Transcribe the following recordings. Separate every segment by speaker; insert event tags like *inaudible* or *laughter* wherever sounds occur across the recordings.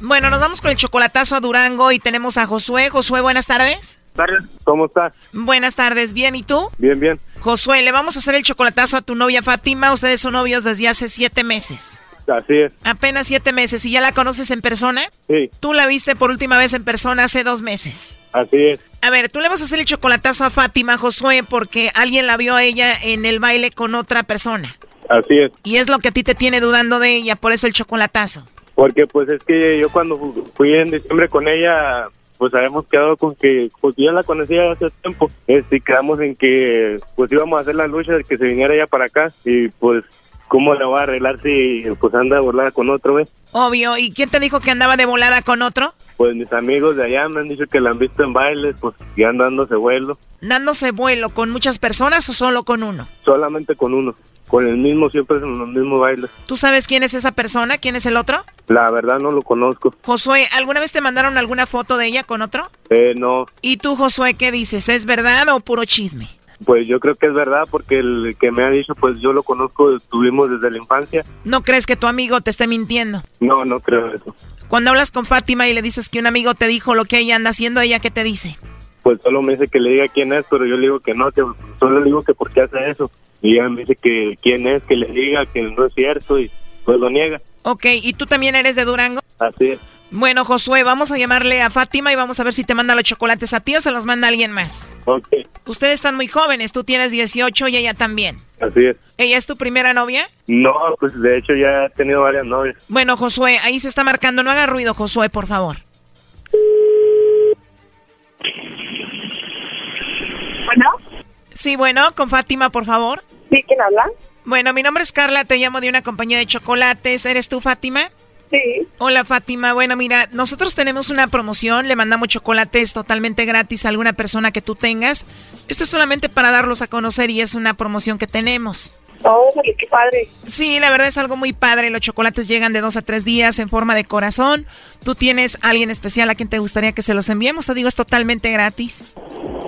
Speaker 1: Bueno, nos vamos con el chocolatazo a Durango y tenemos a Josué. Josué, buenas tardes.
Speaker 2: Tardes, ¿cómo estás?
Speaker 1: Buenas tardes, bien, ¿y tú?
Speaker 2: Bien, bien.
Speaker 1: Josué, le vamos a hacer el chocolatazo a tu novia Fátima. Ustedes son novios desde hace siete meses.
Speaker 2: Así es,
Speaker 1: Apenas siete meses y ya la conoces en persona.
Speaker 2: sí,
Speaker 1: Tú la viste por última vez en persona hace dos meses.
Speaker 2: así es.
Speaker 1: A ver, tú le vas a hacer el chocolatazo a Fátima, Josué, porque alguien la vio a ella en el baile con otra persona.
Speaker 2: Así es,
Speaker 1: Y es lo que a ti te tiene dudando de ella, por eso el chocolatazo.
Speaker 2: porque pues es que yo cuando fu- fui en diciembre con ella, pues habíamos quedado con que, pues yo la conocía hace tiempo, este, y quedamos en que pues íbamos a hacer la lucha de que se viniera ella para acá y pues cómo la va a arreglar si pues anda volada con otro, ¿ves?
Speaker 1: Obvio, ¿y quién te dijo que andaba de volada con otro?
Speaker 2: Pues mis amigos de allá me han dicho que la han visto en bailes, pues ya andándose vuelo,
Speaker 1: ¿Dándose vuelo con muchas personas o solo con uno?
Speaker 2: solamente con uno, con el mismo, siempre en los mismos bailes.
Speaker 1: ¿Tú sabes quién es esa persona? ¿Quién es el otro?
Speaker 2: La verdad no lo conozco,
Speaker 1: Josué, ¿alguna vez te mandaron alguna foto de ella con otro?
Speaker 2: eh, no,
Speaker 1: ¿Y tú, Josué, qué dices? ¿Es verdad o puro chisme?
Speaker 2: Pues yo creo que es verdad, porque el que me ha dicho, pues yo lo conozco, estuvimos desde la infancia.
Speaker 1: ¿No crees que tu amigo te esté mintiendo?
Speaker 2: No, no creo eso.
Speaker 1: Cuando hablas con Fátima y le dices que un amigo te dijo lo que ella anda haciendo, ¿ella qué te dice?
Speaker 2: Pues solo me dice que le diga quién es, pero yo le digo que no, que solo le digo que por qué hace eso. Y ella me dice que quién es, que le diga que no es cierto y pues lo niega.
Speaker 1: Ok, ¿y tú también eres de Durango?
Speaker 2: Así es.
Speaker 1: Bueno, Josué, vamos a llamarle a Fátima y vamos a ver si te manda los chocolates a ti o se los manda alguien más.
Speaker 2: Ok,
Speaker 1: Ustedes están muy jóvenes, tú tienes 18 y ella también.
Speaker 2: así es.
Speaker 1: ¿Ella es tu primera novia?
Speaker 2: No, pues de hecho ya he tenido varias novias.
Speaker 1: Bueno, Josué, ahí se está marcando, no haga ruido, Josué, por favor.
Speaker 3: Bueno,
Speaker 1: Sí, bueno, con Fátima, por favor.
Speaker 3: ¿sí quién habla?
Speaker 1: Bueno, mi nombre es Carla, te llamo de una compañía de chocolates. ¿Eres tú, Fátima?
Speaker 3: Sí,
Speaker 1: Hola Fátima, bueno mira, nosotros tenemos una promoción, le mandamos chocolates totalmente gratis a alguna persona que tú tengas. Esto es solamente para darlos a conocer y es una promoción que tenemos.
Speaker 3: órale, Oh, qué padre.
Speaker 1: Sí, la verdad es algo muy padre, los chocolates llegan de dos a tres días en forma de corazón. Tú tienes a alguien especial a quien te gustaría que se los enviemos, te digo, es totalmente gratis.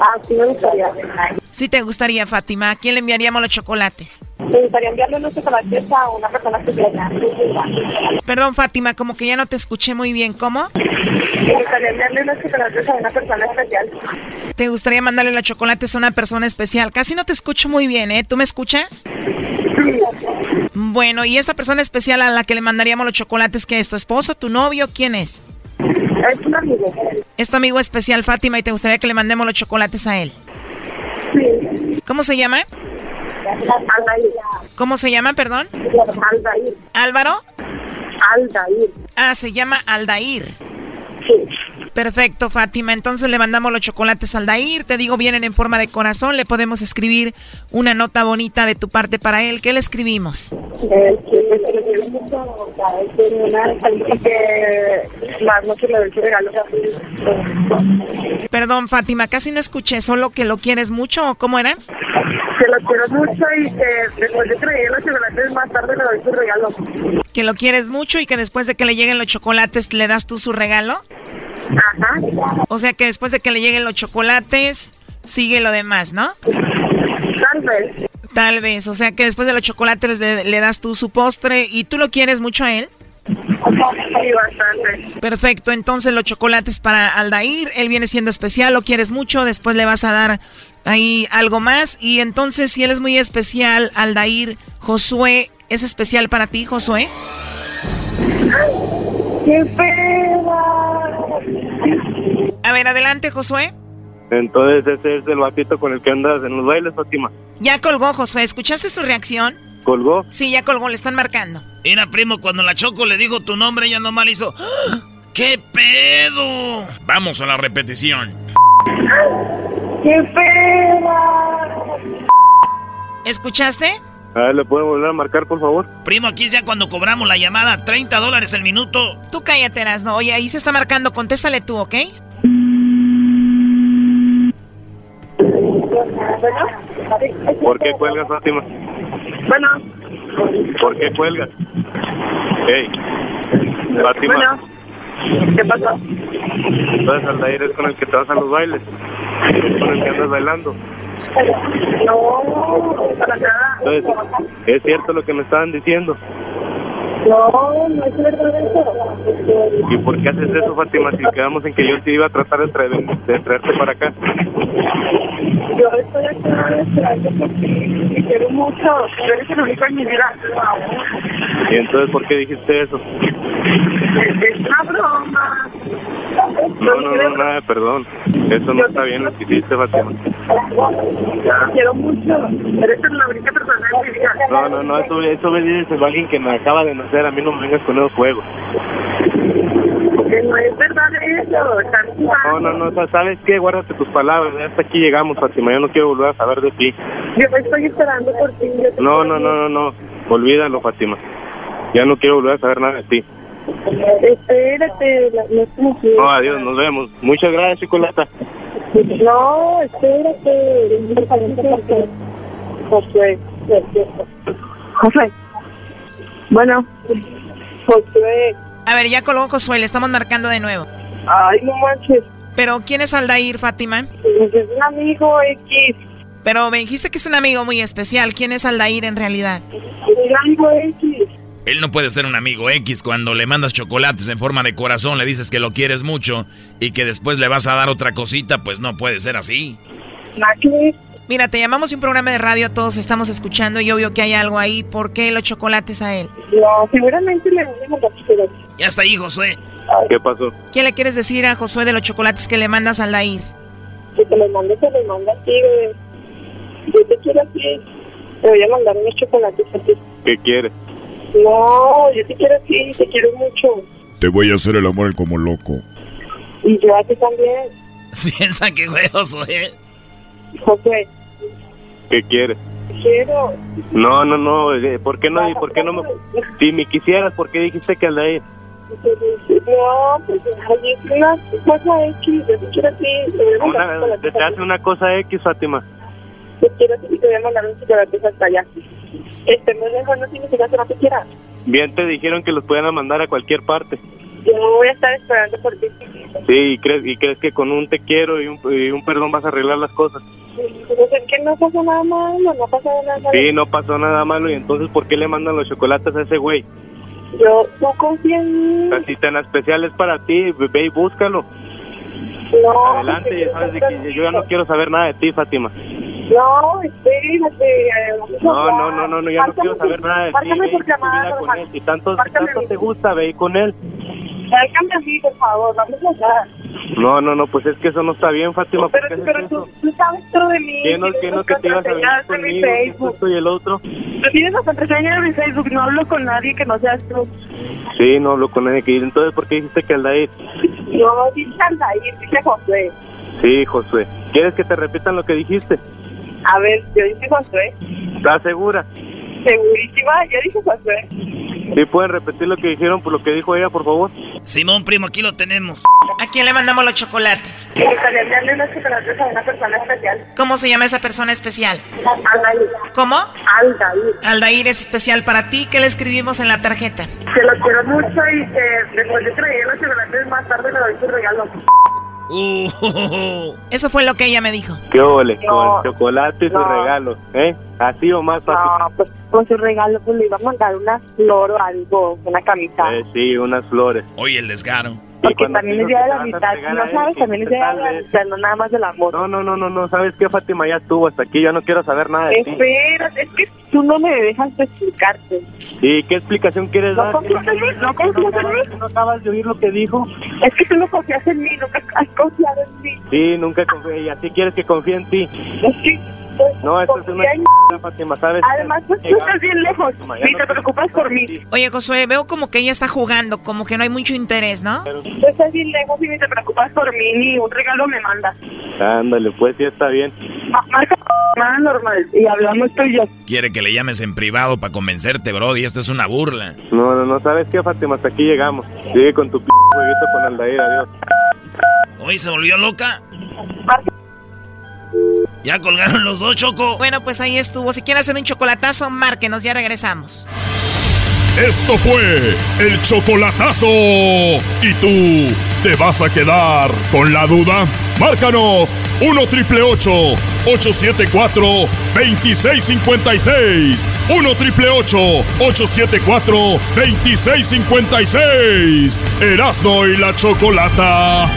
Speaker 3: Ah, sí, me gustaría.
Speaker 1: Si te gustaría Fátima, ¿a quién le enviaríamos los chocolates?
Speaker 3: Me gustaría enviarle unos chocolates a una persona que se llama. Me
Speaker 1: Perdón Fátima, como que ya no te escuché muy bien, ¿cómo?
Speaker 3: gustaría enviarle unos chocolates a una persona especial.
Speaker 1: ¿Te gustaría mandarle los chocolates a una persona especial? Casi no te escucho muy bien, ¿eh? ¿Tú me escuchas? Bueno, ¿y esa persona especial a la que le mandaríamos los chocolates, que es tu esposo, tu novio, quién es?
Speaker 3: Es un amigo.
Speaker 1: Es tu amigo especial, Fátima, y te gustaría que le mandemos los chocolates a él.
Speaker 3: Sí.
Speaker 1: ¿Cómo se llama?
Speaker 3: Aldair.
Speaker 1: ¿Cómo se llama, perdón?
Speaker 3: Aldair.
Speaker 1: Álvaro.
Speaker 3: Aldair.
Speaker 1: Ah, se llama Aldair.
Speaker 3: Sí.
Speaker 1: Perfecto, Fátima. Entonces le mandamos los chocolates al Dair. Te digo, vienen en forma de corazón. Le podemos escribir una nota bonita de tu parte para él. ¿Qué le escribimos?
Speaker 3: Que más no se le dé su regalo.
Speaker 1: Perdón, Fátima, casi no escuché. ¿Solo que lo quieres mucho o cómo era?
Speaker 3: Que lo quiero mucho y que después de que le lleguen los chocolates más tarde le doy su regalo.
Speaker 1: Que lo quieres mucho y que después de que le lleguen los chocolates le das tú su regalo.
Speaker 3: Ajá.
Speaker 1: O sea que después de que le lleguen los chocolates, sigue lo demás, ¿no?
Speaker 3: Tal vez.
Speaker 1: Tal vez. O sea que después de los chocolates le, le das tú su postre y tú lo quieres mucho a él.
Speaker 3: Sí, bastante.
Speaker 1: Perfecto, entonces los chocolates para Aldair, él viene siendo especial, lo quieres mucho, después le vas a dar ahí algo más y entonces si él es muy especial, Aldair, Josué, ¿es especial para ti, Josué?
Speaker 3: ¡Qué feo!
Speaker 1: A ver, adelante, Josué.
Speaker 2: Entonces ese es el batito con el que andas en los bailes, Fátima.
Speaker 1: Ya colgó, Josué, ¿escuchaste su reacción?
Speaker 2: ¿Colgó?
Speaker 1: Sí, ya colgó, le están marcando.
Speaker 4: Era primo, cuando la Choco le dijo tu nombre, ella nomás le hizo. ¡Ah! ¡Qué pedo! Vamos a la repetición.
Speaker 3: ¡Qué feo!
Speaker 1: ¿Escuchaste?
Speaker 2: A ver, ¿le pueden volver a marcar, por favor?
Speaker 4: Primo, aquí es ya cuando cobramos la llamada, 30 dólares el minuto.
Speaker 1: Tú cállate, no. Oye, ahí se está marcando, contéstale tú, ¿ok?
Speaker 3: Bueno,
Speaker 2: ¿Por qué cuelgas, Fátima?
Speaker 3: Bueno,
Speaker 2: ¿Por qué cuelgas? Ey, Fátima,
Speaker 3: bueno. ¿Qué pasó?
Speaker 2: entonces Aldair es con el que te vas a los bailes, es con el que andas bailando.
Speaker 3: No, para nada.
Speaker 2: Entonces, ¿es cierto lo que me estaban diciendo?
Speaker 3: No, no es verdad eso.
Speaker 2: ¿Y por qué haces eso, Fátima, si quedamos en que yo te iba a tratar de, traer- de traerte para acá?
Speaker 3: Yo estoy aquí esperando porque te quiero mucho. Tú eres el único en mi vida.
Speaker 2: ¿Y entonces por qué dijiste eso?
Speaker 3: Es una broma.
Speaker 2: No, no, no, nada, de perdón. Eso no está bien lo que hiciste, Fátima.
Speaker 3: Te quiero mucho. Eres la única persona en mi vida.
Speaker 2: No, no, no, eso, eso me dices a alguien que me acaba de nacer, a mí no me vengas con esos juegos.
Speaker 3: Que no es verdad eso. Estás
Speaker 2: No, no, no, o sea, ¿sabes qué? Guárdate tus palabras, hasta aquí llegamos, Fátima, yo no quiero volver a saber de ti.
Speaker 3: Yo te estoy esperando por ti. yo te
Speaker 2: No, no,
Speaker 3: quiero
Speaker 2: no, no, no, olvídalo, Fátima. Ya no quiero volver a saber nada de ti.
Speaker 3: mucho. Espérate, la- no es como que-
Speaker 2: No, adiós, nos vemos. Muchas gracias, Chocolata.
Speaker 3: No, espérate. Josué. Josué. Bueno. Josué.
Speaker 1: A ver, ya colgó Josué, le estamos marcando de nuevo.
Speaker 3: Ay, no manches.
Speaker 1: Pero ¿quién es Aldair, Fátima?
Speaker 3: Es un amigo X.
Speaker 1: Pero me dijiste que es un amigo muy especial. ¿Quién es Aldair en realidad?
Speaker 3: Un amigo X.
Speaker 4: Él no puede ser un amigo X cuando le mandas chocolates en forma de corazón, le dices que lo quieres mucho y que después le vas a dar otra cosita, pues no puede ser así.
Speaker 3: Macri.
Speaker 1: Mira, te llamamos de un programa de radio, todos estamos escuchando y obvio que hay algo ahí. ¿Por qué los chocolates a él?
Speaker 3: No, seguramente le voy a mandar pero-
Speaker 4: Ya está ahí, Josué.
Speaker 2: ¿Qué pasó?
Speaker 1: ¿Qué le quieres decir a Josué de los chocolates que le mandas a Aldair?
Speaker 3: Que te lo mande, te lo manda a ti, güey. Yo te quiero a ti. Te voy a mandar unos chocolates a ti.
Speaker 2: ¿Qué quieres?
Speaker 3: No, yo te quiero a ti, te quiero mucho.
Speaker 5: Te voy a hacer el amor como loco.
Speaker 3: Y yo a ti también,
Speaker 4: Piensa que fue Josué.
Speaker 3: Josué.
Speaker 2: ¿Qué quieres?
Speaker 3: Quiero.
Speaker 2: No, no, no, eh, ¿por qué no, por qué no me... Si me quisieras, ¿por qué dijiste que al de
Speaker 3: No, pues ay, es una cosa X, yo te quiero a ti. Te voy a mandar un
Speaker 2: Una,
Speaker 3: chocolate.
Speaker 2: te hace una cosa X, Fátima.
Speaker 3: Te quiero a ti y te voy a mandar un chocolate hasta allá. Estemos lejos no significa que no te quiera.
Speaker 2: Bien te dijeron que los pudieran mandar a cualquier parte.
Speaker 3: Yo voy a estar esperando por ti.
Speaker 2: Sí, y crees, y crees que con un te quiero y un, y un perdón vas a arreglar las cosas.
Speaker 3: Pues es que no pasó nada malo, no pasó nada malo.
Speaker 2: Sí, no pasó nada malo y entonces ¿por qué le mandan los chocolates a ese güey?
Speaker 3: Yo, tú confía en mí.
Speaker 2: Así tan especial es para ti, ve y búscalo.
Speaker 3: No,
Speaker 2: Adelante,
Speaker 3: porque
Speaker 2: ya sabes de que yo ya no quiero saber nada de ti, Fátima.
Speaker 3: No, espérate. eh, vamos a
Speaker 2: No,
Speaker 3: hablar.
Speaker 2: no, no, no, no, ya no
Speaker 3: Márcame
Speaker 2: quiero
Speaker 3: por-
Speaker 2: saber nada de ti.
Speaker 3: Márcame
Speaker 2: ve y
Speaker 3: por
Speaker 2: tu vida
Speaker 3: llamada,
Speaker 2: con
Speaker 3: Román.
Speaker 2: él. Si tanto, si
Speaker 3: Márcame.
Speaker 2: tanto te gusta, ve y con él.
Speaker 3: Márcame así, por favor, vamos a hablar.
Speaker 2: No, no, no, pues es que eso no está bien, Fátima. ¿por
Speaker 3: Pero,
Speaker 2: qué haces
Speaker 3: pero
Speaker 2: eso?
Speaker 3: tú, tú sabes todo de mí.
Speaker 2: ¿Quién no,
Speaker 3: tienes
Speaker 2: quién no
Speaker 3: las
Speaker 2: que te ibas a venir
Speaker 3: contraseñas de mi
Speaker 2: conmigo? que
Speaker 3: Facebook.
Speaker 2: esto y el otro?
Speaker 3: Tú tienes la contraseña de mi Facebook, no hablo con nadie que no seas tú.
Speaker 2: Sí, no hablo con nadie. que- Entonces, ¿por qué dijiste que Aldair?
Speaker 3: No, dije Aldair, dije Josué.
Speaker 2: Sí, Josué. ¿Quieres que te repitan lo que dijiste?
Speaker 3: A ver, yo dije Josué.
Speaker 2: ¿Estás segura?
Speaker 3: Segurísima, yo dije Josué.
Speaker 2: ¿Sí pueden repetir lo que dijeron por lo que dijo ella, por favor?
Speaker 6: Simón, primo, aquí lo tenemos.
Speaker 1: ¿A quién le mandamos los chocolates?
Speaker 3: a una persona especial.
Speaker 1: ¿Cómo se llama esa persona especial?
Speaker 3: Aldair.
Speaker 1: ¿Cómo?
Speaker 3: Aldair.
Speaker 1: Aldair es especial para ti. ¿Qué le escribimos en la tarjeta?
Speaker 3: Que lo quiero mucho y que después de que le llegue los chocolates más tarde le doy su regalo.
Speaker 6: Uh,
Speaker 1: Eso fue lo que ella me dijo.
Speaker 2: ¿Qué ole?
Speaker 3: No.
Speaker 2: Con el chocolate y sus
Speaker 3: No.
Speaker 2: regalos, ¿eh? Así o más fácil.
Speaker 3: No, pues con su regalo pues le iba a mandar una flor o algo, una camisa.
Speaker 2: Eh, sí, unas flores.
Speaker 4: *laughs* Oye, el descaro.
Speaker 2: Y
Speaker 3: Porque
Speaker 2: cuando
Speaker 3: también es
Speaker 2: digo
Speaker 3: día de
Speaker 2: que
Speaker 3: la
Speaker 2: te vas a pegar
Speaker 3: amistad,
Speaker 2: a
Speaker 3: no
Speaker 2: él,
Speaker 3: sabes,
Speaker 2: que
Speaker 3: también es día de la
Speaker 2: tal vez-
Speaker 3: amistad, no nada más del amor.
Speaker 2: No, no, no, no, no. ¿Sabes qué, Fátima? Ya estuvo hasta aquí. Ya no quiero saber nada de ti.
Speaker 3: Espera, es que tú no me dejas de explicarte.
Speaker 2: ¿Y qué explicación quieres
Speaker 3: No
Speaker 2: dar?
Speaker 3: confías en mí, no confías en mí.
Speaker 2: ¿No acabas de oír lo que dijo?
Speaker 3: Es que tú no confías en mí, nunca has confiado en mí.
Speaker 2: Sí, nunca confié. Y así quieres que confíe en ti.
Speaker 3: Es que pues,
Speaker 2: No, esto es
Speaker 3: confía
Speaker 2: una
Speaker 3: en
Speaker 2: c******,
Speaker 3: mí.
Speaker 2: Fátima, ¿sabes?
Speaker 3: Además, pues tú estás bien lejos,
Speaker 2: Fátima, ya no
Speaker 3: ni te
Speaker 2: quiero
Speaker 3: preocupas
Speaker 2: saber
Speaker 3: por
Speaker 2: de
Speaker 3: mí.
Speaker 2: ti.
Speaker 1: Oye, Josué, veo como que ella está jugando, como que no hay mucho interés, ¿no?
Speaker 3: Tú estás bien lejos y ni te preocupas por mí, ni un regalo me mandas.
Speaker 2: Ándale, pues sí está bien.
Speaker 3: Ma- Marca nada normal y hablamos tú y yo.
Speaker 4: Quiere que le llames en privado para convencerte, Brody. Esta es una burla.
Speaker 2: No, no, no, ¿sabes qué, Fátima? Hasta aquí llegamos. Sigue con tu p jueguito con Aldair, adiós.
Speaker 6: hoy se volvió loca.
Speaker 3: Marca
Speaker 6: Ya colgaron los dos, Choco.
Speaker 1: Bueno, pues ahí estuvo. Si quieren hacer un chocolatazo, márquenos, ya regresamos.
Speaker 5: Esto fue el chocolatazo. ¿Y tú te vas a quedar con la duda? Márcanos 1 triple 874 2656. 1 triple 874 2656. Erasno y la chocolata. *laughs*